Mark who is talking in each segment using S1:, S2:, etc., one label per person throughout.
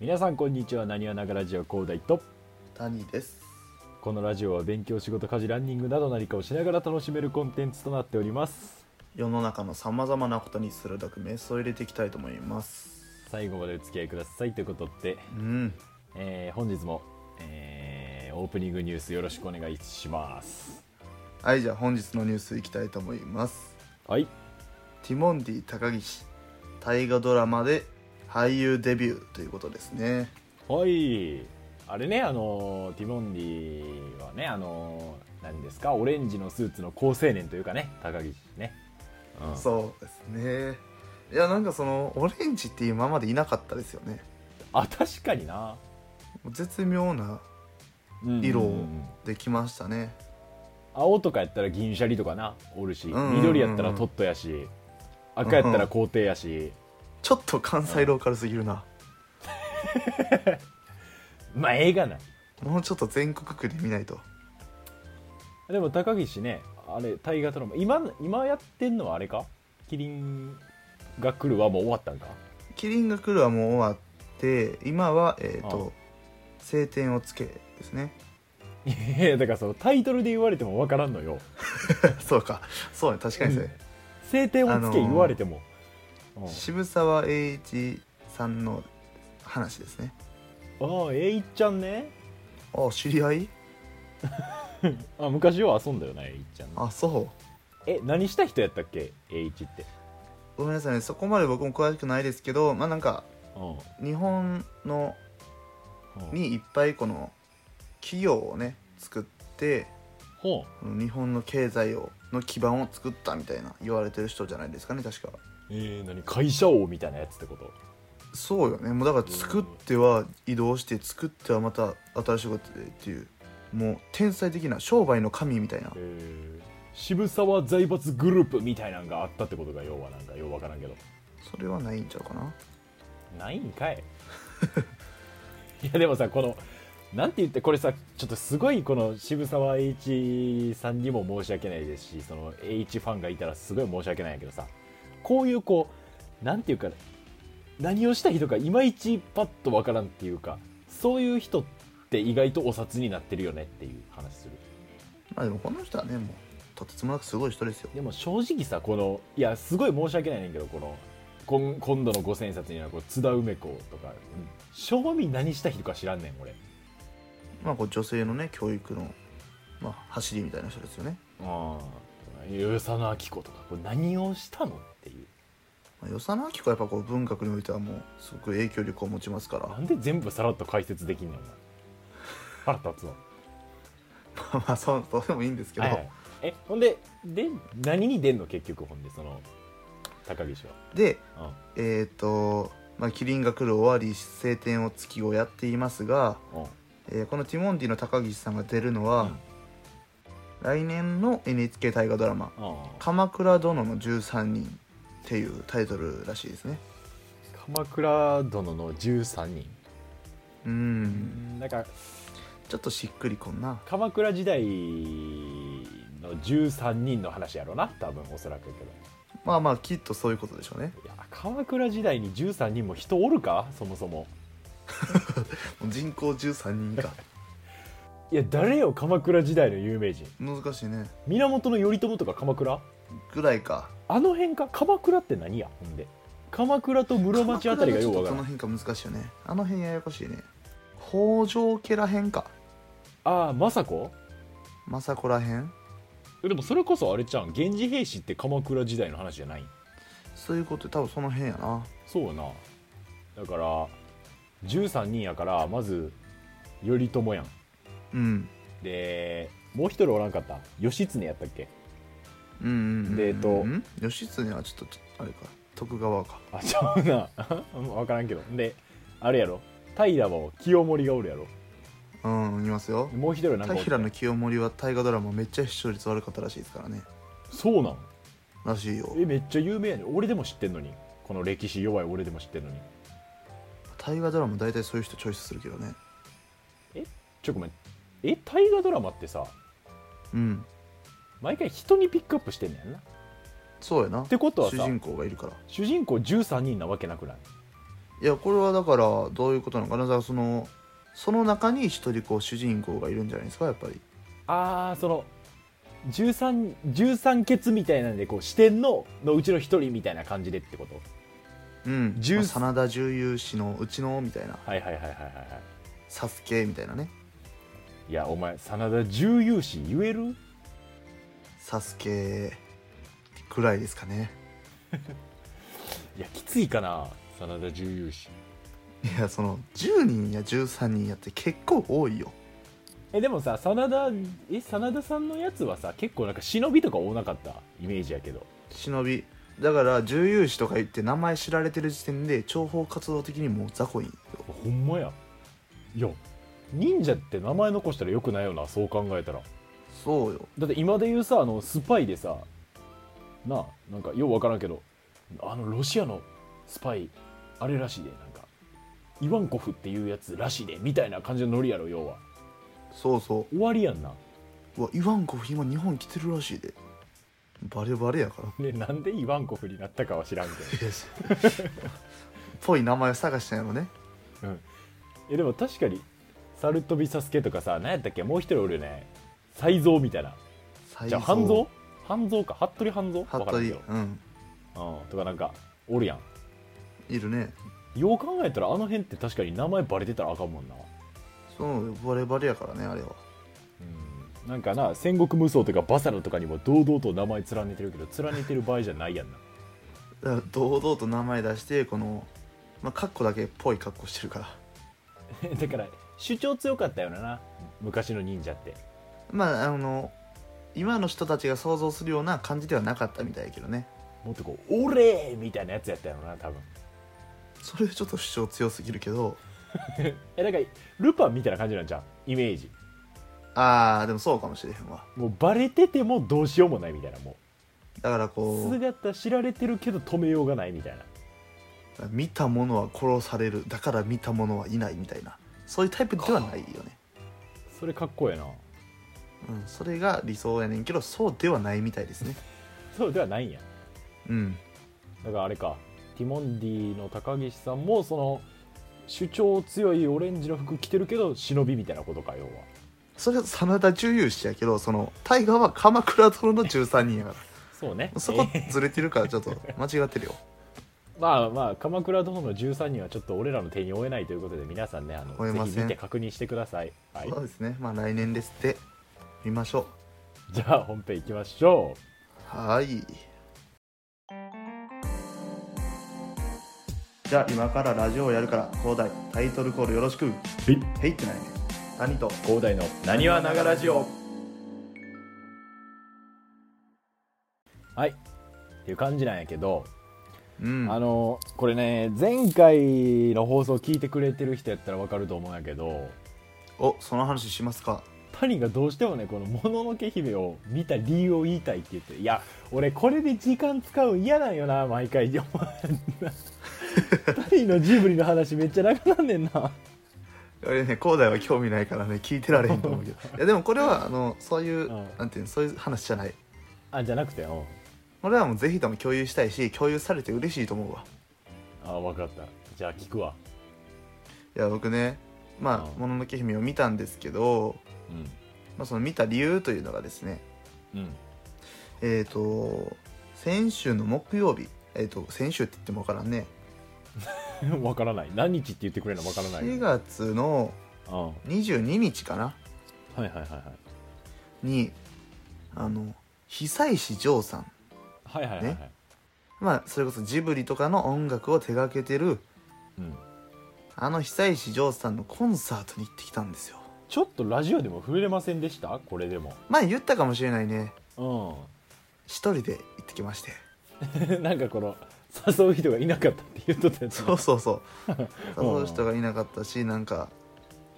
S1: 皆さんこんにちはなにわながラジオ高大と
S2: 谷です
S1: このラジオは勉強仕事家事ランニングなど何かをしながら楽しめるコンテンツとなっております
S2: 世の中のさまざまなことに鋭くメスを入れていきたいと思います
S1: 最後までお付き合いくださいということで、
S2: うん
S1: えー本日も、えーオープニングニュースよろしくお願いします
S2: はいじゃあ本日のニュースいきたいと思います
S1: はい
S2: ティモンディ高岸大河ドラマで俳優デビューということですね
S1: はいあれねあのティモンディはねあの何ですかオレンジのスーツの好青年というかね高岸ね、うん
S2: そうですねいやなんかそのオレンジって今までいなかったですよね
S1: あ確かにな、
S2: 絶妙な
S1: うん
S2: 色
S1: うんう
S2: を
S1: ん
S2: できましたね
S1: 青とかやったら銀シャリとかなおるし
S2: んうんうん
S1: 緑やったらトットやし赤やったら皇帝やし
S2: ちょっと関西ローカルすぎるな
S1: まあ映画ない
S2: もうちょっと全国区で見ないと
S1: でも高岸ねあれ大河ドラマ今今やってんのはあれかキリンが来るはもう終わったんか
S2: 「キリンが来る」はもう終わって今はえっ、
S1: うん
S2: と「晴天をつけ」ですね
S1: いやだからそのタイトルで言われても分からんのよ
S2: そうかそうね確かにそうね、
S1: 「晴天をつけ」言われても、うん
S2: 渋沢栄一さんの話ですね
S1: ああえいっちゃんね
S2: あ知り合い
S1: あ昔は遊んだよねえいっちゃんね
S2: あそう
S1: え何した人やったっけえいちって
S2: ごめんなさいねそこまで僕も詳しくないですけどまあなんか
S1: うん
S2: 日本の
S1: うん
S2: にいっぱいこの企業をね作って
S1: ほ
S2: この日本の経済をの基盤を作ったみたいな言われてる人じゃないですかね確か
S1: うえー、何会社王みたいなやつってこと
S2: そうよねもうだから作っては移動して作ってはまた新しいことでっていうもう天才的な商売の神みたいな
S1: えー渋沢財閥グループみたいなんがあったってことが要はなんかようわからんけど
S2: それはないんちゃうかな
S1: ないんかいいやでもさこのなんて言ってこれさちょっとすごいこの渋沢栄一さんにも申し訳ないですしその栄一ファンがいたらすごい申し訳ないんやけどさこういうこうなんていうか何をした人かいまいちパッとわからんっていうかそういう人って意外とお札になってるよねっていう話する
S2: まあでもこの人はねもうとてつもなくすごい人ですよ
S1: でも正直さこのいやすごい申し訳ないねんけどこの今今度の五千円札にはこう津田梅子とか正味何した人か知らんねん俺
S2: まあこう女性のね教育の、まあ、走りみたいな人ですよね、
S1: ああ与謝野晶子とかこれ何をしたのっていう
S2: まあ、与謝野明子はやっぱこう文学においてはもうすごく影響力を持ちますから
S1: なんで全部さらっと解説できんねんお前腹立つわ
S2: まあまあそうどうでもいいんですけど、
S1: はいはいえほんでで何に出んの結局ほんでその高岸
S2: で
S1: は
S2: えっ、とまあ、キリンが来る終わり晴天を月をやっていますが、
S1: うんうん
S2: えーこのティモンディの高岸さんが出るのは、
S1: うん
S2: 来年の NHK 大河ドラマ
S1: ああ
S2: 「鎌倉殿の13人」っていうタイトルらしいですね
S1: 鎌倉殿の13人
S2: う
S1: うんんなんか
S2: ちょっとしっくりこんな
S1: 鎌倉時代の13人の話やろな多分おそらくやけど
S2: まあまあきっとそういうことでしょうね
S1: いや鎌倉時代に13人も人おるかそもそも
S2: もう人口13人 か
S1: いや誰よ鎌倉時代の有名人
S2: 難しいね
S1: 源頼朝とか鎌倉
S2: ぐらいか
S1: あの辺か鎌倉って何やほんで鎌倉と室町あたりがようわ
S2: 鎌倉のちょっと
S1: か
S2: そ
S1: ら
S2: の
S1: ん
S2: 辺か難しいよねあの辺ややこしいね北条家らへんか
S1: ああ政子
S2: 政子らへん
S1: えでもそれこそあれちゃん源氏兵士って鎌倉時代の話じゃない
S2: そういうことで多分その辺やな
S1: そうやなだから13人やからまず頼朝やん
S2: うん
S1: でもう一人おらんかった義経やったっけ
S2: うんうんうんうん
S1: でえっと
S2: うん義経はちょっとあれか徳川か
S1: あちゃうな 分からんけどであれやろ平も清盛がおるやろ
S2: うんいますよ
S1: もう一人はなんか
S2: 田
S1: おっ
S2: 平
S1: た
S2: の清盛は大河ドラマめっちゃ視聴率悪かったらしいですからね
S1: そうなん
S2: らしいよ
S1: えめっちゃ有名やねん俺でも知ってんのにこの歴史弱い俺でも知ってんのに
S2: 大河ドラマ大体そういう人チョイスするけどね
S1: ちょごめんえ大河ドラマってさ
S2: うん
S1: 毎回人にピックアップしてんねんなっ
S2: そうやな
S1: てことは
S2: 主
S1: さ
S2: 人公がいるから
S1: 主人公13人なわけなくない
S2: いやこれはだからどういうことなのかなだからそのその中に一人こう主人公がいるんじゃないですかやっぱり
S1: ああその13 13ケツみたいなんでこう視点ののうちの一人みたいな感じでってこと
S2: うん、
S1: ジュース
S2: まあ真田重勇士のうちのみたいな
S1: はいはいはいはいはいは
S2: サスケみたいなね
S1: いいやお前真田重勇士言える
S2: サスケくらいですかね
S1: いやきついかな真田重勇士
S2: いやその10人や13人やって結構多いよ
S1: えでもさ真田え真田さんのやつはさ結構なんか忍びとか多なかったイメージやけど
S2: 忍びだから重勇士とか言って名前知られてる時点で諜報活動的にもう雑魚いんよ
S1: ほんまやいや忍者って名前残したらよくないよなそう考えたら
S2: そうよ
S1: だって今で言うさあのスパイでさなあなんかよう分からんけどあのロシアのスパイあれらしいでなんかイワンコフっていうやつらしいでみたいな感じのノリやろ要は
S2: そうそ
S1: 終わりやんな、
S2: ううわイワンコフ今日本来てるらしいでバレバレやから
S1: ね、なんでイワンコフになったかは知らんけど
S2: ぽい名前を探したんやろね
S1: うん、えでも確かにサルトビサスケとかさ何やったっけもう一人おるよね才蔵みたいなじゃあ半蔵半蔵か服部半蔵わから
S2: 服
S1: ん
S2: 部
S1: けど、
S2: うん
S1: うん、とかなんかおるやん
S2: いるね
S1: よう考えたらあの辺って確かに名前バレてたらあかんもんな
S2: そうバレバレやからねあれは
S1: うんなんかな戦国無双とかバサラとかにも堂々と名前連ねてるけど連ねてる場合じゃない やんな
S2: だから堂々と名前出してこのまあカッコだけっぽい格好してるから
S1: だから主張強かったよな昔の忍者って
S2: まああの今の人たちが想像するような感じではなかったみたいやけどね
S1: もっとこう「オレ!」みたいなやつやったよな多分
S2: それちょっと主張強すぎるけど
S1: えなんかルパンみたいな感じなんじゃんイメージ
S2: ああでもそうかもしれへんわ
S1: もうバレててもどうしようもないみたいなも
S2: だから
S1: う
S2: こう
S1: 姿知られてるけど止めようがないみたいな
S2: 見た者は殺されるだから見た者はいないみたいなそういうタイプではないよね
S1: それかっこええな
S2: うんそれが理想やねんけどそうではないみたいですね
S1: そうではないんや
S2: うん
S1: だからあれかティモンディの高岸さんもその主張強いオレンジの服着てるけど忍びみたいなことか要は
S2: それは真田重勇士やけどその大河は鎌倉殿の13人やか
S1: そうね
S2: らそこ
S1: えー
S2: ずれてるからちょっと間違ってるよ
S1: まあまあ鎌倉殿の13人はちょっと俺らの手に負えないということで皆さんねあの
S2: 負えません
S1: ぜひ見て確認してください、 はい
S2: そう、ですねまあ来年ですって見ましょ
S1: じゃあ本編いきましょう
S2: うはーいじゃあ今からラジオをやるから広大タイトルコールよろしく
S1: はい
S2: へいってないね兄と
S1: 広大のなにわながラジオはいっていう感じなんやけど、
S2: うん
S1: あのこれね前回の放送聞いてくれてる人やったらわかると思うんやけど
S2: おその話しますか
S1: 谷がどうしてもねこの「もののけ姫」を見た理由を言いたいって言って「いや俺これで時間使うん嫌なんよな毎回」お 前谷のジブリの話めっちゃ長なんねんな
S2: あれね広大は興味ないからね聞いてられへんと思 うけどいやでもこれはあのそういう、
S1: うん
S2: なんていうのそういう話じゃない
S1: あじゃなくてうん
S2: 俺はもうぜひとも共有したいし共有されて嬉しいと思うわ
S1: あ分かったじゃあ聞くわ
S2: いや僕ねま
S1: うん
S2: あ「もののけ姫」を見たんですけど、
S1: う
S2: まあ、その見た理由というのがですね
S1: んうん
S2: えっ、と先週の木曜日えっ、と先週って言っても分からんね
S1: わからない何日って言ってくれるのわからない
S2: 4月の
S1: うんは
S2: 22日かない
S1: はいはいはい
S2: にあの久石譲さん
S1: はいはいはいはい、
S2: まあそれこそジブリとかの音楽を手掛けてる
S1: うん、
S2: あの久石譲さんのコンサートに行ってきたんですよ
S1: ちょっとラジオでも触れませんでしたこれでも
S2: 前言ったかもしれないね
S1: う
S2: 一人で行ってきまして
S1: ん なんかこの誘う人がいなかったって言っとったやつ
S2: そうそ うそう
S1: うん
S2: 誘う人がいなかったしなんか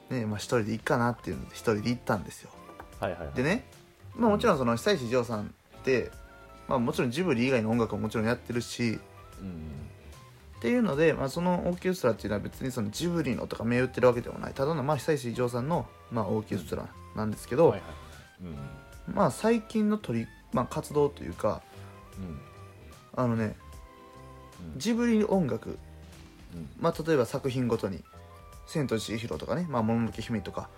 S2: ねまあ一人で行っかなっていうので一人で行ったんですよ
S1: はいはいはい
S2: でね、まあ、もちろんその久石譲さんって、まあ、もちろんジブリ以外の音楽ももちろんやってるし
S1: うん
S2: っていうので、まあ、そのオーケストラっていうのは別にそのジブリのとか銘打ってるわけでもないただのまあ久石譲さんのまあオーケストラなんですけど、
S1: はいはいうん
S2: まあ、最近の取り、まあ、活動というか
S1: うん
S2: あのね
S1: うん
S2: ジブリ音楽まあ、例えば作品ごとに「千と千尋」とかね「まあ、もののけ姫」とか、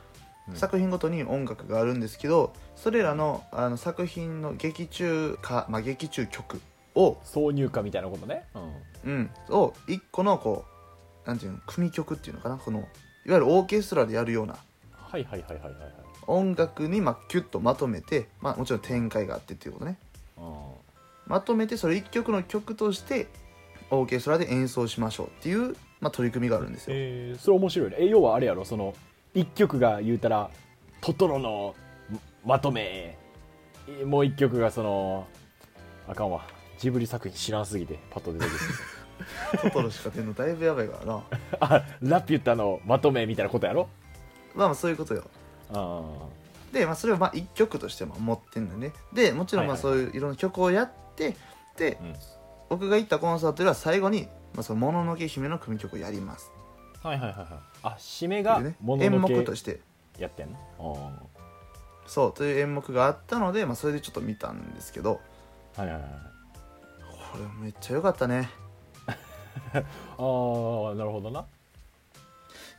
S1: うん
S2: 作品ごとに音楽があるんですけどそれらのあの作品の劇中か、まあ、劇中曲を、
S1: 挿入歌みたいなことね、うん
S2: うん、を一個のこうなんていうの組曲っていうのかなこのいわゆるオーケストラでやるような
S1: はいはいはいはいはいはい
S2: 音楽にまあキュッとまとめて、まあ、もちろん展開があってっていうことね
S1: うん
S2: まとめてそれ一曲の曲としてオーケストラで演奏しましょうっていう、まあ、取り組みがあるんですよ
S1: えーそれ面白いねえ要はあれやろその一曲が言うたら「トトロ」のまとめえもう一曲がそのあかんわジブリ作品知らんすぎてパッと出て くる
S2: トトロしか出んのだいぶやばいからな
S1: あラピュタのまとめみたいなことやろ
S2: まあまあそういうことよ
S1: あ
S2: で、まあ、それをまあ1曲としても持ってんのねでもちろんまあ
S1: はいは
S2: そういういろんな曲をやってで、
S1: うん
S2: 僕が行ったコンサートでは最後に「まあ、そのもののけ姫」の組曲をやります
S1: あはいはいはいはいあ締め
S2: っ
S1: が
S2: ていうね
S1: 「もの
S2: 演
S1: のけ
S2: 目と」して
S1: やってんの
S2: そうという演目があったので、まあ、それでちょっと見たんですけど
S1: あーはいはいはい
S2: これめっちゃ良かったね
S1: ああなるほどな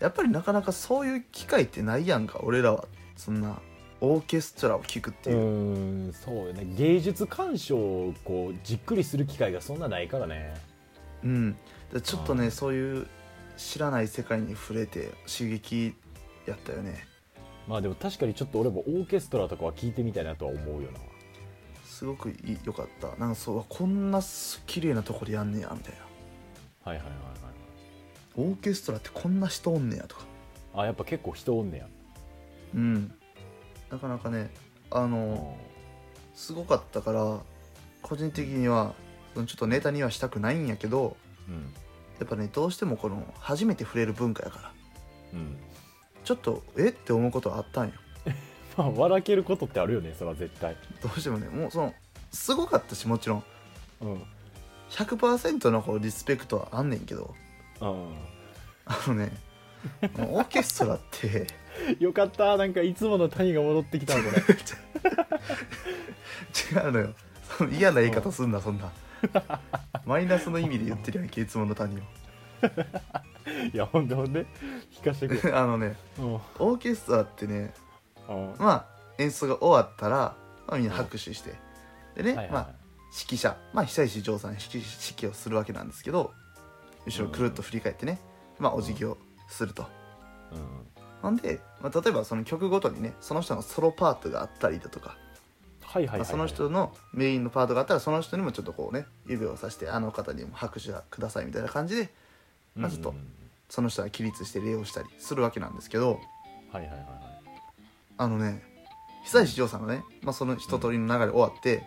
S2: やっぱりなかなかそういう機会ってないやんか俺らはそんなオーケストラを聴くって
S1: う
S2: いう、
S1: ーんそうよね芸術鑑賞をこうじっくりする機会がそんなないからね
S2: うん、でちょっと
S1: あー
S2: ねそういう知らない世界に触れて刺激やったよね
S1: まあでも確かにちょっと俺もオーケストラとかは聞いてみたいなとは思うよな
S2: すごくいい良かったなんかそううわこんなす綺麗なとこでやんねやみたいな
S1: はいはいはい
S2: オーケストラってこんな人おんねやとか
S1: はいあやっぱ結構人おんねや
S2: うんなかなかねあのすごかったから個人的にはそのちょっとネタにはしたくないんやけど
S1: うん
S2: やっぱねどうしてもこの初めて触れる文化やから
S1: うん
S2: ちょっとえって思うことはあったんよ
S1: まあ笑けることってあるよねそれは絶対
S2: どうしてもねもうそのすごかったしもちろん
S1: うんうん
S2: 100%のこうリスペクトはあんねんけどあのね このオーケストラって
S1: よかったなんかいつもの谷が戻ってきたこれ
S2: 違うのよ その嫌な言い方すんなそんなマイナスの意味で言ってるやんけいつもの他人を
S1: いやほんでほんで聞かせてくれ
S2: あのね
S1: うん
S2: オーケストラってね
S1: うんは
S2: まあ演奏が終わったら、まあ、みんな拍手してでね、
S1: いはい
S2: まあ、指揮者まあ久石譲さん指揮指揮をするわけなんですけど後ろくるっと振り返ってね、まあお辞儀をすると、
S1: うん
S2: なんで、まあ、例えばその曲ごとにねその人のソロパートがあったりだとか
S1: はいはいはい
S2: まあその人のメインのパートがあったらその人にもちょっとこうね指をさしてあの方にも拍手くださいみたいな感じでまあちょっと
S1: うんうん
S2: その人は起立して礼をしたりするわけなんですけど
S1: うんはいはいはいは
S2: あのね久石譲さんがね、まあ、その一通りの流れ終わって
S1: いうん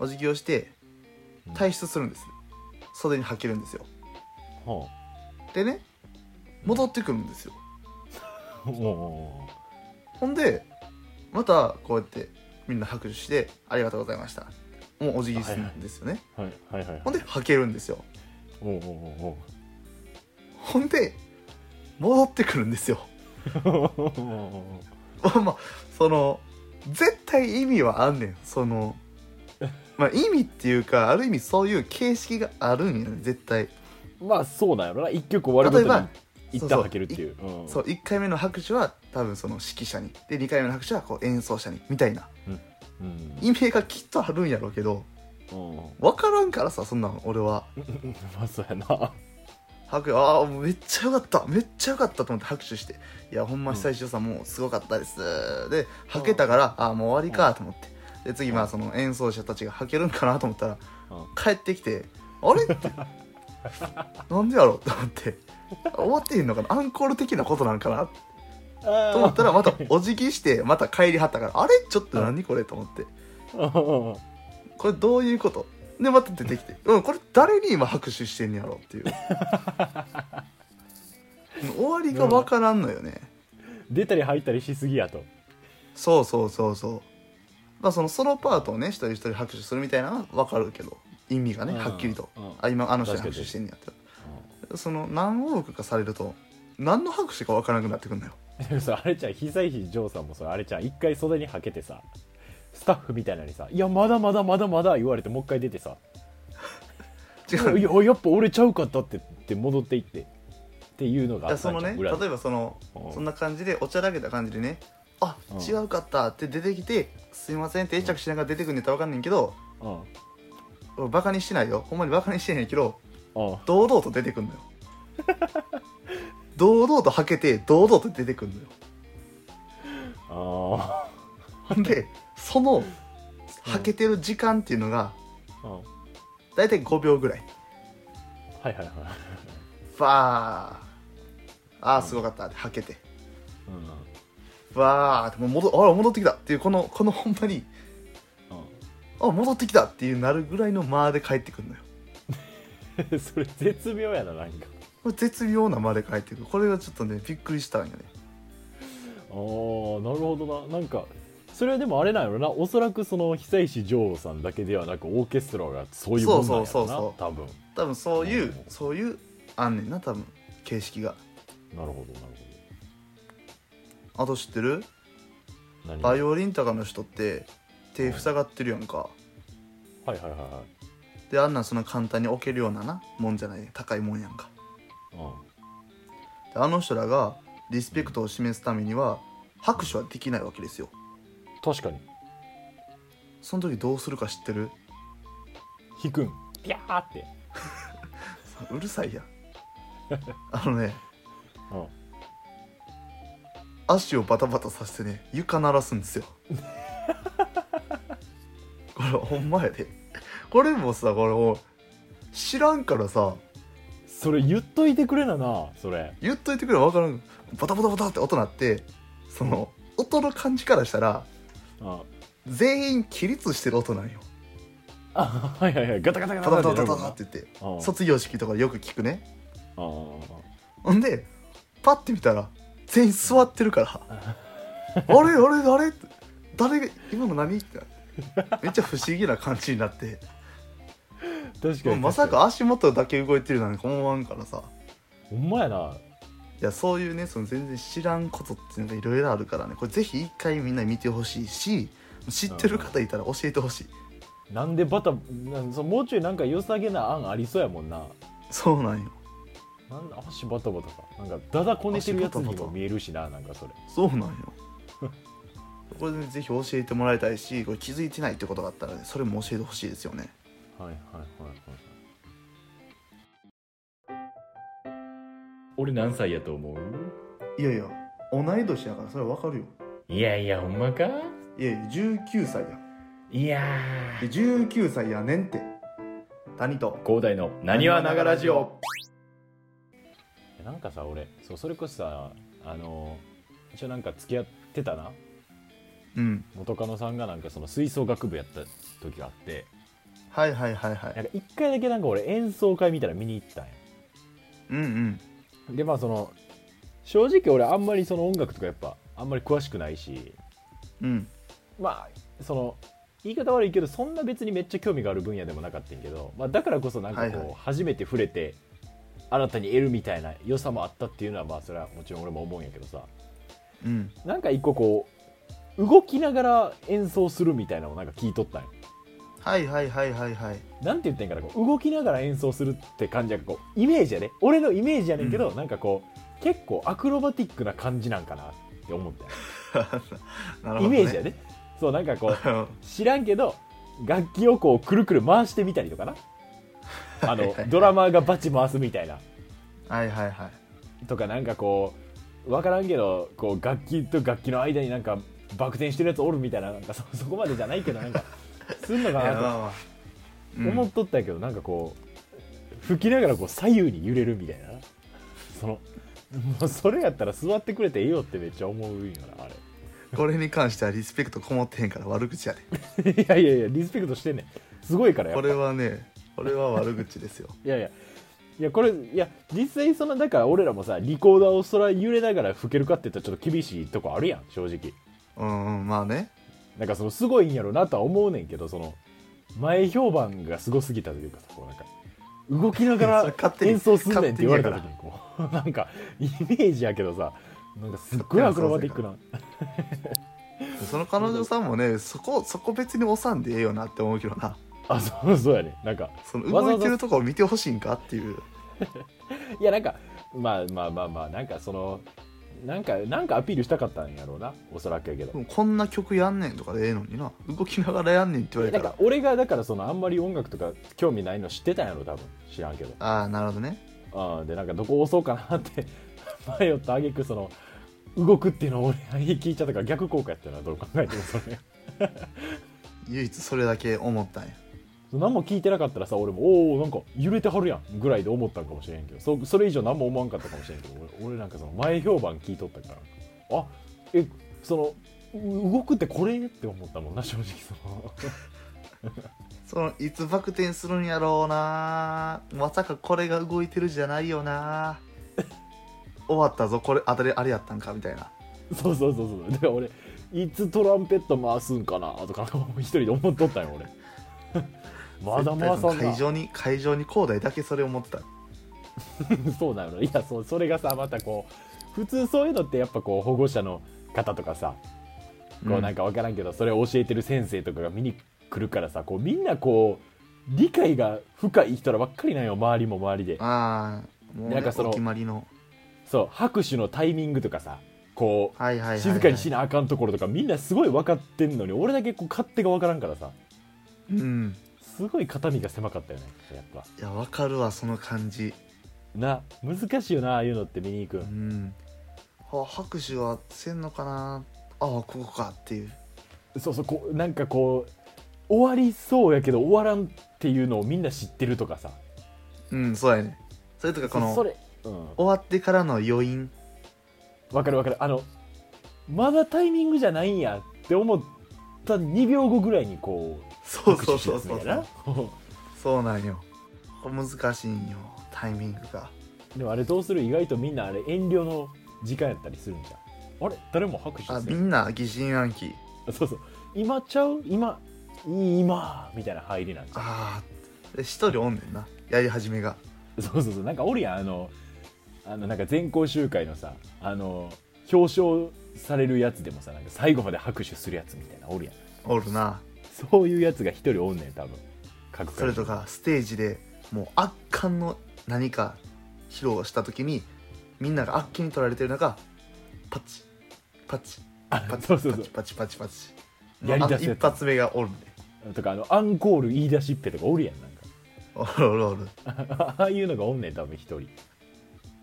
S2: お辞儀をして
S1: うん
S2: 退出するんです袖に履けるんですよ
S1: ほ
S2: でね戻ってくるんですよ
S1: うおうお
S2: ほんでまたこうやってみんな拍手してありがとうございましたもうお辞儀するんですよね、
S1: うおうはいはいはいはい
S2: ほんで履けるんですよ
S1: おうおうおうおう
S2: ほんで戻ってくるんですよ ま あまあその絶対意味はあんねんそのまあ意味っていうかある意味そういう形式があるんやね絶対
S1: まあそうなんやろな一曲終わるご
S2: 例え
S1: と
S2: ば
S1: に一旦吐けるっていううん
S2: そう1回目の拍手は多分その指揮者にで2回目の拍手はこう演奏者にみたいな
S1: うん
S2: 意味がきっとあるんやろうけど
S1: うん
S2: 分からんからさそんなん俺は
S1: まあそうやな
S2: 拍手ああもうめっちゃよかっためっちゃよかったと思って拍手していやほんま久石譲さんもうすごかったですではけたからああもう終わりかと思ってで次まあその演奏者たちがはけるんかなと思ったら
S1: うん
S2: 帰ってきてあれってなんでやろうと思って終わってへんのかなアンコール的なことなんかなと思ったらまたお辞儀してまた帰りはったからあれちょっと何これと思って
S1: うん
S2: これどういうことでまた出てきて、うん、これ誰に今拍手してんやろっ ていう終わりが分からんのよね、
S1: 出たり入ったりしすぎやと
S2: そうそうそうそうまあそのソロパートをね一人一人拍手するみたいなのは分かるけど意味がね
S1: うん
S2: はっきりと、
S1: うん
S2: あ今あの人に
S1: 確かに
S2: 拍手してんねやってその何往復かされると何の拍手か分からなくなってくるのよ
S1: でもさあれちゃん久石譲さんもそれあれちゃん一回袖にはけてさ スタッフみたいなのにさ「いやまだまだまだまだ」言われてもう一回出てさ
S2: 違う
S1: いややっぱ俺ちゃうかったってって戻っていってっていうのがあ
S2: だ
S1: っ
S2: そ
S1: たん
S2: の
S1: じゃ
S2: ね
S1: ん裏で
S2: 例えばその
S1: うん
S2: そんな感じでおちゃらけた感じでねあ
S1: うん
S2: 違うかったって出てきてすいませんって定着しながら出てくるネタわかんねんけど
S1: うんうん
S2: 俺バカにしてないよほんまにバカにしてへんけど
S1: あ
S2: 堂々と出てくんのよ堂々とはけて堂々と出てくんのよ
S1: あ
S2: ほんでそのはけてる時間っていうのが
S1: うんは
S2: 大体5秒ぐらい
S1: いはいはい
S2: バーああすごかったってはけて
S1: うんうん
S2: バーってもう戻あら戻ってきたっていうこのこのほんまにあ戻ってきたっていうなるぐらいの間で帰ってくるのよ
S1: うん それ絶妙やななんか
S2: これ絶妙な間で帰ってくるこれがちょっとねびっくりしたんよね
S1: ああなるほどななんかそれはでもあれなんやろなおそらくその久石譲さんだけではなくオーケストラがそういうもんなんやろな
S2: そうそうそうそう
S1: 多分
S2: 多分そうい
S1: う
S2: う、
S1: ん
S2: そういうあんねんな多分形式が
S1: なるほどなるほ
S2: あと知ってる
S1: ど何
S2: バイオリンとかの人って手塞がってるやんか
S1: はいはいはいは
S2: であんなんそんな簡単に置けるようななもんじゃない高いもんやんか
S1: いうん
S2: であの人らがリスペクトを示すためには拍手はできないわけですよ
S1: 確かに
S2: その時どうするか知ってる
S1: 弾くんピャーって
S2: うるさいやんあのね
S1: うん
S2: 足をバタバタさせてね床鳴らすんですよ これほんまやでこれもさこれもう知らんからさ
S1: それ言っといてくれななそれ
S2: 言っといてくれば分からんバタバタバタって音鳴ってその音の感じからしたら
S1: あ
S2: 全員起立してる音なんよ
S1: あはいはいはいガタガタガ
S2: バ
S1: タ
S2: タバタバタ
S1: ガ
S2: バタ
S1: タ
S2: っ
S1: って
S2: て言って
S1: なるもんな
S2: 卒業式とかでよく聞くね
S1: うんあ
S2: ほんでパッて見たら全員座ってるからあれあれ誰誰が今の何ってなってめっちゃ不思議な感じになって
S1: ー確かに
S2: まさか足元だけ動いてるなんか思わんからさ
S1: ほんまやない
S2: やそういうねその全然知らんことっていうのがいろいろあるからねこれぜひ一回みんな見てほしいし知ってる方いたら教えてほしい、
S1: なんでバタなんそもうちょいなんか良さげな案ありそうやもんな
S2: そうなんよ
S1: なん足バタバタかなんかダダこねてるやつにも見えるしななんかそれ
S2: そうなんよ これねぜひ教えてもらいたいしこれ気づいてないってことがあったらねそれも教えてほしいですよね
S1: はいはいはいはい俺何歳やと思う
S2: いやいや同い年やからそれわかるよ
S1: いやいやほんまか
S2: いやいや19歳や
S1: いや
S2: いや19歳やねんって谷と
S1: 広大のな
S2: にわながラジオ
S1: なんかさ俺そうそれこそさあの一応なんか付き合ってたな
S2: うん
S1: 元カノさんがなんかその吹奏楽部やった時があって
S2: はいはいはいは
S1: ないんか一回だけなんか俺演奏会みたいなの見に行ったんや
S2: うんうん
S1: でまあその正直俺あんまりその音楽とかやっぱあんまり詳しくないし
S2: うん
S1: まあその言い方悪いけどそんな別にめっちゃ興味がある分野でもなかったんやけど、まあ、だからこそなんかこう、
S2: はいはい
S1: 初めて触れて新たに得るみたいな良さもあったっていうのはまあそれはもちろん俺も思うんやけどさ
S2: うん
S1: なんか一個こう動きながら演奏するみたいなのをなんか聞いとったんよ
S2: はいはいはいはいはい
S1: なんて言ってんかなこう動きながら演奏するって感じやからこうイメージやね俺のイメージやねんけど、なんかこう結構アクロバティックな感じなんかなって思ったよ
S2: なるほど、ね、
S1: イメージ やねそうなんかこう
S2: うん
S1: 知らんけど楽器をこうくるくる回してみたりと かなあ
S2: はい
S1: の
S2: はいはい
S1: ドラマーがバチ回すみたいな
S2: はいはいはい
S1: とかなんかこう分からんけどこう楽器と楽器の間になんかバク転してるやつおるみたいななんかそそこまでじゃないけどなんかすんのか
S2: いや
S1: な
S2: まあまあ
S1: と
S2: うん
S1: 思っとったんやけど、なんかこう吹きながらこう左右に揺れるみたいなそのもうそれやったら座ってくれていいよってめっちゃ思うんよなあれ。
S2: これに関してはリスペクトこもってへんから悪口やで
S1: いやいやいやリスペクトしてんねんすごいからやっ
S2: こ
S1: ぱ
S2: れはねこれは悪口ですよ
S1: いやいやいやこれいや実際そのだから俺らもさリコーダーをそら揺れながら吹けるかって言ったらちょっと厳しいとこあるやん正直
S2: うんうんまあね
S1: なんかそのすごいんやろなとは思うねんけどその前評判がすごすぎたというかさこうなんか動きなが
S2: それ
S1: ら
S2: 勝手に
S1: 演奏すんねんって言われた時にこうなんかイメージやけどさなんかすっごいアクロバティックな
S2: その彼女さんもねそこそこ別に押さんでええよなって思うけどな
S1: あそうそうやねなんか
S2: その
S1: わざ
S2: 動
S1: わ
S2: い
S1: ざ
S2: てるとこを見てほしいんかっていう
S1: いやなんかまあまあまあまあなんかそのなんかなんかアピールしたかったんやろうなおそらくやけど
S2: でもこんな曲やんねんとかでええのにな動きながらやんねんって言わ
S1: な
S2: れ
S1: ん
S2: た
S1: から俺がだからそのあんまり音楽とか興味ないの知ってたんやろ多分知らんけど
S2: ああなるほどね
S1: あでなんかどこ押そうかなって 迷った挙句その動くっていうのを俺に聞いちゃったから逆効果やったなどう考えてもそれ
S2: 唯一それだけ思ったんや
S1: 何も聞いてなかったらさ俺もおおんか揺れてはるやんぐらいで思ったんかもしれんけどそそれ以上何も思わんかったかもしれんけど俺俺なんかその前評判聞いとったからあえそのう動くってこれって思ったもんな正直その
S2: そのいつバク転するんやろうなまさかこれが動いてるじゃないよな 終わったぞこれ当たりあれやったんかみたいな
S1: そうそうそうそうだから俺いつトランペット回すんかなとか一人で思っとったんよ俺 まだ回さんな
S2: 会場に会場に広大だけそれを持ってた
S1: そうなのいやそうそれがさまたこう普通そういうのってやっぱこう保護者の方とかさこうなん
S2: か、
S1: か分からんけど、それを教えてる先生とかが見に来るからさこうみんなこう理解が深い人らばっかりなんよ周りも周りで
S2: ああもう、ね、
S1: なんかその
S2: お決まりの
S1: そう拍手のタイミングとかさこう、
S2: はいはいはい、はい、
S1: 静かにしなあかんところとかみんなすごい分かってんのに俺だけこう勝手が分からんからさ
S2: うん
S1: すごい肩身が狭かったよねやっぱ
S2: いやわかるわその感じ
S1: な難しいよなああいうのって見に行く
S2: うんんあ拍手はせんのかなああここかっていう
S1: そうそうこうなんかこう終わりそうやけど終わらんっていうのをみんな知ってるとかさ
S2: うんそうやねそれとかこの
S1: そ
S2: 終
S1: れ、うん、
S2: わってからの余韻
S1: わかるわかるあのまだタイミングじゃないんやって思った2秒後ぐらいにこう
S2: そうそうそう
S1: 拍手し出す
S2: そう
S1: み
S2: そう
S1: たいな
S2: そうなんよこれ難しいんよタイミングが
S1: でもあれどうする意外とみんなあれ遠慮の時間やったりするんじゃんあれ誰も拍手
S2: あ
S1: す
S2: み
S1: る
S2: んな疑心暗鬼
S1: そうそう今ちゃう今今みたいな入りなんじゃ
S2: ああで一人おんねんなやり始めが
S1: んそうそうそうなんかおるやんあのあのなんか全校集会のさあの表彰されるやつでもさなんか最後まで拍手するやつみたいなおるやん
S2: おるな
S1: そういうやつが一人おんねん多分各
S2: それと
S1: か
S2: かステージでもう圧巻の何か披露をした時にみんながあっけに取られてる中パチパチ
S1: あ
S2: パ チ
S1: そ
S2: パ
S1: うそうそう
S2: チパチパチパチ
S1: やりだす
S2: あの
S1: やつ
S2: 一発目がおるね
S1: とかあのアンコール言い出しっぺとか おるやんなん
S2: おるおるおる
S1: かああいうのがおんねん多分一人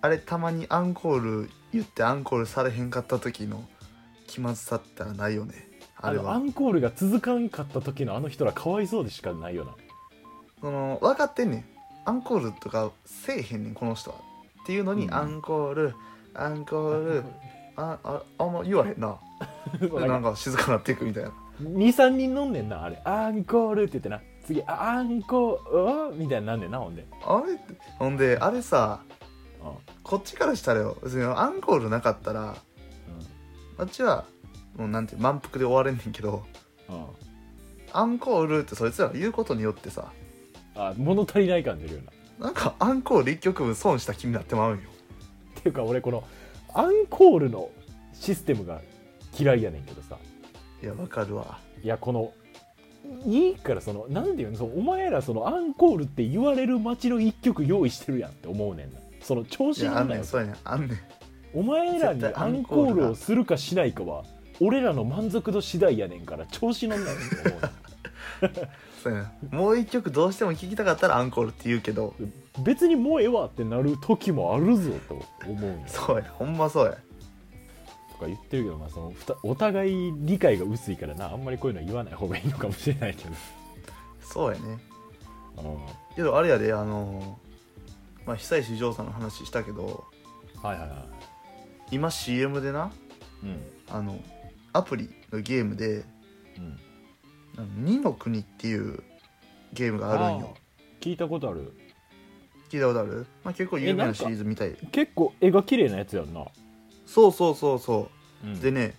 S2: あれたまにアンコール言ってアンコールされへんかった時の気まずさったらないよねあ
S1: あ
S2: れ
S1: のア
S2: は
S1: ンコールが続かんかった時のあの人らかわいそうでしかないよな
S2: その分かってんねんアンコールとかせえへんねんこの人はっていうのに、
S1: うん
S2: アンコールアンコールあああんま言わへんな
S1: そう
S2: で
S1: な
S2: なん ん
S1: か
S2: か静かなっていくみたいな
S1: 23人飲んねんなあれアンコールって言ってな次あアンコールみたいになんねんなほんで、
S2: あれほんであれさ
S1: うん
S2: こっちからしたらよ別にアンコールなかったらあっちはもうなんて満腹で終われんねんけど
S1: うんうん、
S2: アンコールってそいつらが言うことによってさ
S1: あ物足りない感出るよな
S2: なんかアンコール一曲分損した気になってまうんよ
S1: っていうか俺このアンコールのシステムが嫌いやねんけどさ
S2: いやわかるわ
S1: いやこのいいからそのなんていうのそのお前らそのアンコールって言われる街の一曲用意してるやんって思うねんなその調子
S2: いや
S1: な
S2: あ
S1: ん
S2: ん
S1: だ
S2: ね
S1: よ
S2: んそうやねんあんねん
S1: お前らに
S2: 絶対
S1: ア
S2: ア
S1: ン
S2: ン
S1: コ
S2: コ
S1: ー
S2: ールが
S1: ルをするかしないかは俺らの満足度次第やねんから調子乗んなよって思うね
S2: そうやねんもう一曲どうしても聴きたかったらアンコールって言うけど
S1: ん別にもうええわってなる時もあるぞと思うんやと
S2: そうやほんまそうや
S1: か言ってるけど、まあ、そのふたお互い理解が薄いからなあんまりこういうのは言わない方がいいのかもしれないけど、
S2: そうやね
S1: うん、 は
S2: けどあれやであのーまあ久石譲さんの話したけど
S1: いはいは
S2: 今 CM でない
S1: うん
S2: あのアプリのゲームで
S1: うん
S2: あの二の国っていうゲームがあるんよ
S1: ー聞いたことある
S2: 聞いたことある、まあ、結構有
S1: えな
S2: 名
S1: ん
S2: な
S1: か
S2: シリーズみたい
S1: 結構絵が綺麗なやつやんな、
S2: そうそうそうそうう、
S1: ん
S2: でね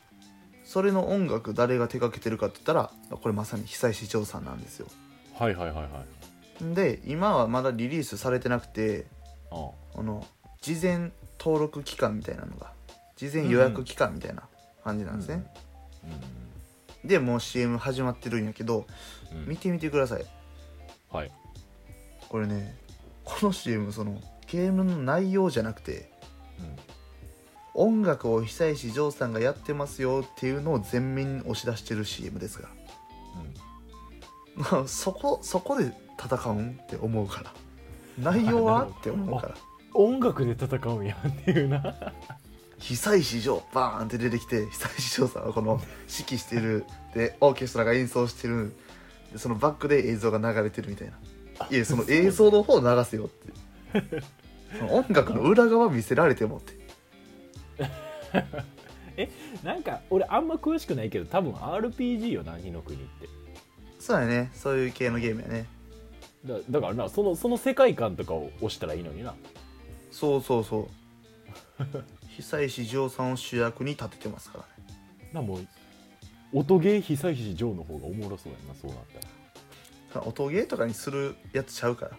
S2: それの音楽誰が手掛けてるかって言ったらこれまさに久石譲さんなんですよ
S1: はいはいはいはい
S2: で今はまだリリースされてなくて
S1: あ
S2: あの事前登録期間みたいなのが事前予約期間みたいな感じなんですね、でもう CM 始まってるんやけど
S1: うんうん
S2: 見てみてください
S1: はい
S2: これねこの CM そのゲームの内容じゃなくて音楽を久石譲さんがやってますよっていうのを全面に押し出してる CM ですが
S1: うんうん
S2: まあそこそこで戦うんって思うから内容はって思うから
S1: 音楽で戦うんやっていうな
S2: 久石譲バーンって出てきて久石譲さんはこの指揮してるでオーケストラが演奏してるでそのバックで映像が流れてるみたいないやその映像の方を流せよって その音楽の裏側見せられてもって
S1: なんか俺あんま詳しくないけど多分 RPG よな火の国って
S2: そうやねそういう系のゲームやね
S1: だだからなそのその世界観とかを押したらいいのにな
S2: そうそうそう 久石譲さんを主役に立ててますからね
S1: なもう音ゲー久石譲の方がおもろそうやなそうなったら
S2: 音ゲーとかにするやつちゃうから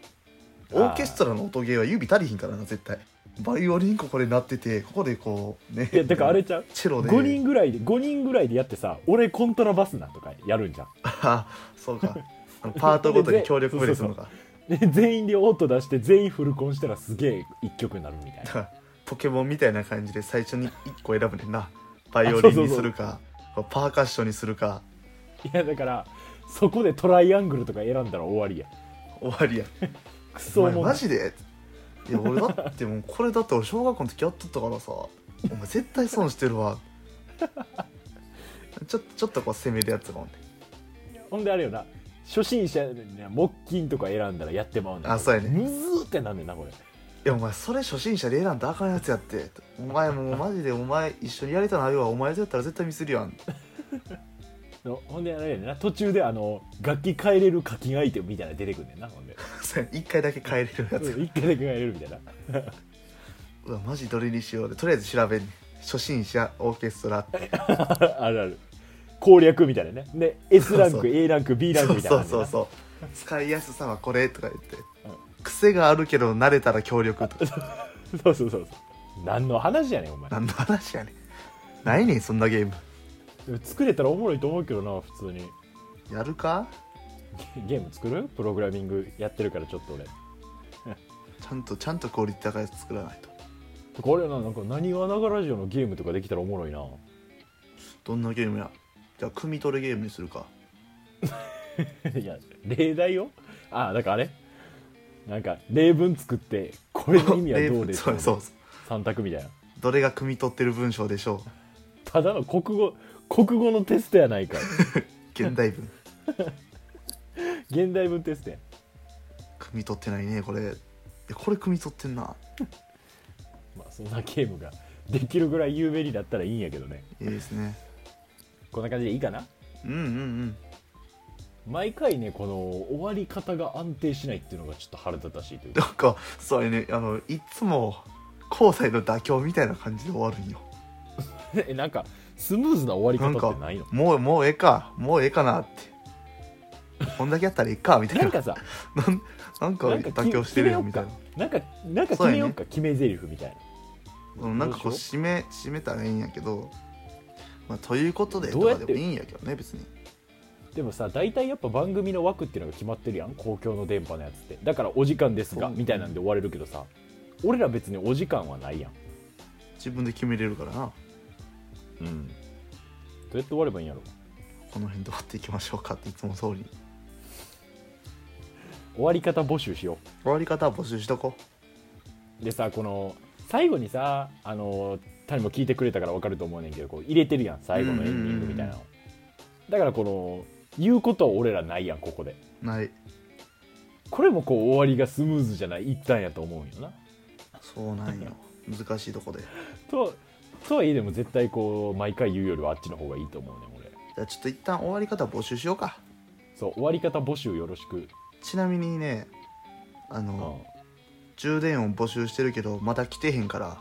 S2: オーケストラの音ゲーは指足りひんからな絶対バイオリンここで鳴っててここでこうね
S1: いやだからあれちゃう
S2: チェロで
S1: 5人ぐらいで5人ぐらいでやってさ俺コントラバスなとかやるん じゃん
S2: あそうかあのパートごとに協力プレイするのか
S1: で全員で音出して全員フルコンしたらすげえ一曲になるみたい
S2: だ
S1: な
S2: から ポケモンみたいな感じで最初に1個選ぶねんなバイオリンにするかパーカッションにするか
S1: いやだからそこでトライアングルとか選んだら終わりや
S2: 終わりや
S1: ク
S2: お
S1: ソ
S2: 前
S1: もん
S2: マジでいや俺だってもうこれだって俺小学校の時やっとったからさお前絶対損してるわ ちょっとちょっとこう攻めるやつがおんね
S1: ほんであれよな初心者やのにな木琴とか選んだらやってまうねん
S2: あそうやね
S1: むずーってなんねんなこれ
S2: いやお前それ初心者で選んだあかんやつやってお前もうマジでお前一緒にやりたないわお前とやったら絶対ミスるやん
S1: のほんであれやねんな途中であの楽器変えれる課金アイテムみたいなの出てくんねんなほん で
S2: そうや一回だけ帰れるやつ
S1: うん一回だけ変えれるみたいな
S2: うわマジどれにしようでとりあえず調べんねん初心者オーケスト ラ
S1: あるある攻略みたいなねで S ラン
S2: そう
S1: ク
S2: そう
S1: A ランク B ランク
S2: そう
S1: みたい
S2: そ
S1: な
S2: うそうそう使いやすさはこれとか言って
S1: う
S2: 癖があるけど慣れたら協力とか
S1: そうそうそうそう何の話やねんお前
S2: 何の話やねんないねんそんなゲーム
S1: でも作れたらおもろいと思うけどな普通に
S2: やるか
S1: ゲーム作るプログラミングやってるからちょっと俺
S2: ちゃんとちゃんとクオリティ高いやつ作らないと
S1: これななんか何わながラジオのゲームとかできたらおもろいな
S2: どんなゲームやじゃあ組み取るゲームにするか
S1: いや例題をあだからあれなんか例文作ってこれの意味はどうです
S2: そ
S1: か
S2: うそうそう
S1: 3択みたいな
S2: どれが組み取ってる文章でしょ
S1: ただの国語国語のテストやないか
S2: う現代文
S1: 現代文テストや
S2: 組み取ってないねこれいやこれ組み取ってんな
S1: まあそんなゲームができるぐらい有名になったらいいんやけどね
S2: いいですね
S1: こんな感じでいいかな
S2: うんうんうん
S1: 毎回ねこの終わり方が安定しないっていうのがちょっと腹立たしいという
S2: な
S1: か
S2: んかそうやねあのいつも交際の妥協みたいな感じで終わるんよ
S1: えなんかスムーズな終わ
S2: な
S1: り
S2: ん
S1: 方
S2: か
S1: ってないの
S2: もうもうええかもうええかなってこんだけやったらええかみたい
S1: な
S2: なん
S1: かさ
S2: なんなんか
S1: なんか
S2: 妥協してるよみたいな
S1: なんかなんか決
S2: そうやね
S1: めようか決め台詞みたい
S2: うんなんかこ
S1: ど
S2: う
S1: う
S2: 締め締めたらいいんやけど、まあ、ということで
S1: ど
S2: と
S1: うや
S2: か
S1: って
S2: でもいいんやけどね別に
S1: なでもさ大体やっぱ番組の枠っていうのが決まってるやん公共の電波のやつってだからお時間ですが
S2: そう
S1: みたいなんで終われるけどさ俺ら別にお時間はないやん
S2: 自分で決めれるからな
S1: うんどうやって終わればいいんやろ
S2: この辺で終わっていきましょうかっていつも通りに
S1: 終わり方募集しよう
S2: 終わり方は募集しとこ
S1: でさこの最後にさあの谷も聞いてくれたから分かると思うねんけどこう入れてるやん最後のエンディングみたいなのだからこの言うことは俺らないやんここで
S2: うない
S1: これもこう終わりがスムーズじゃない一旦やと思うんよな
S2: そうな んよ難しいとこで
S1: ととはいえでも絶対こう毎回言うよりはあっちの方がいいと思うねん俺
S2: じゃあちょっと一旦終わり方募集しようか
S1: そう終わり方募集よろしく、
S2: ちなみにねあ
S1: うん
S2: の、充電音募集してるけどまだ来てへんから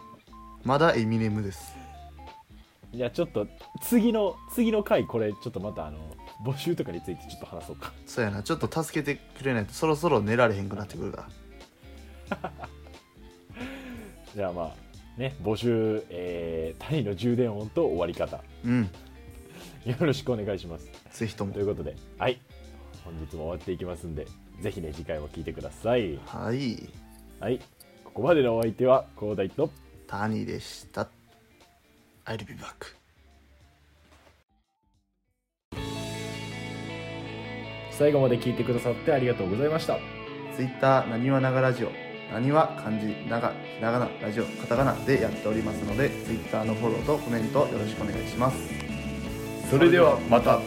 S2: まだエミネムです
S1: じゃあちょっと次の次の回これちょっとまたあの募集とかについてちょっと話そうか
S2: そうやなちょっと助けてくれないとそろそろ寝られへんくなってくるから
S1: じゃあまあね募集、えー、谷の充電音と終わり方
S2: うん
S1: よろしくお願いします。
S2: ぜひとも
S1: ということで、はい、本日も終わっていきますんで、ぜひね次回も聞いてください
S2: はい
S1: はいここまでのお相手は広大と
S2: 谷でした I'll be back
S1: 最後まで聞いてくださってありがとうございました
S2: ツイッターなにわながラジオなにわ漢字ながひらがなラジオカタカナでやっておりますのでツイッターのフォローとコメントよろしくお願いします
S1: それではまた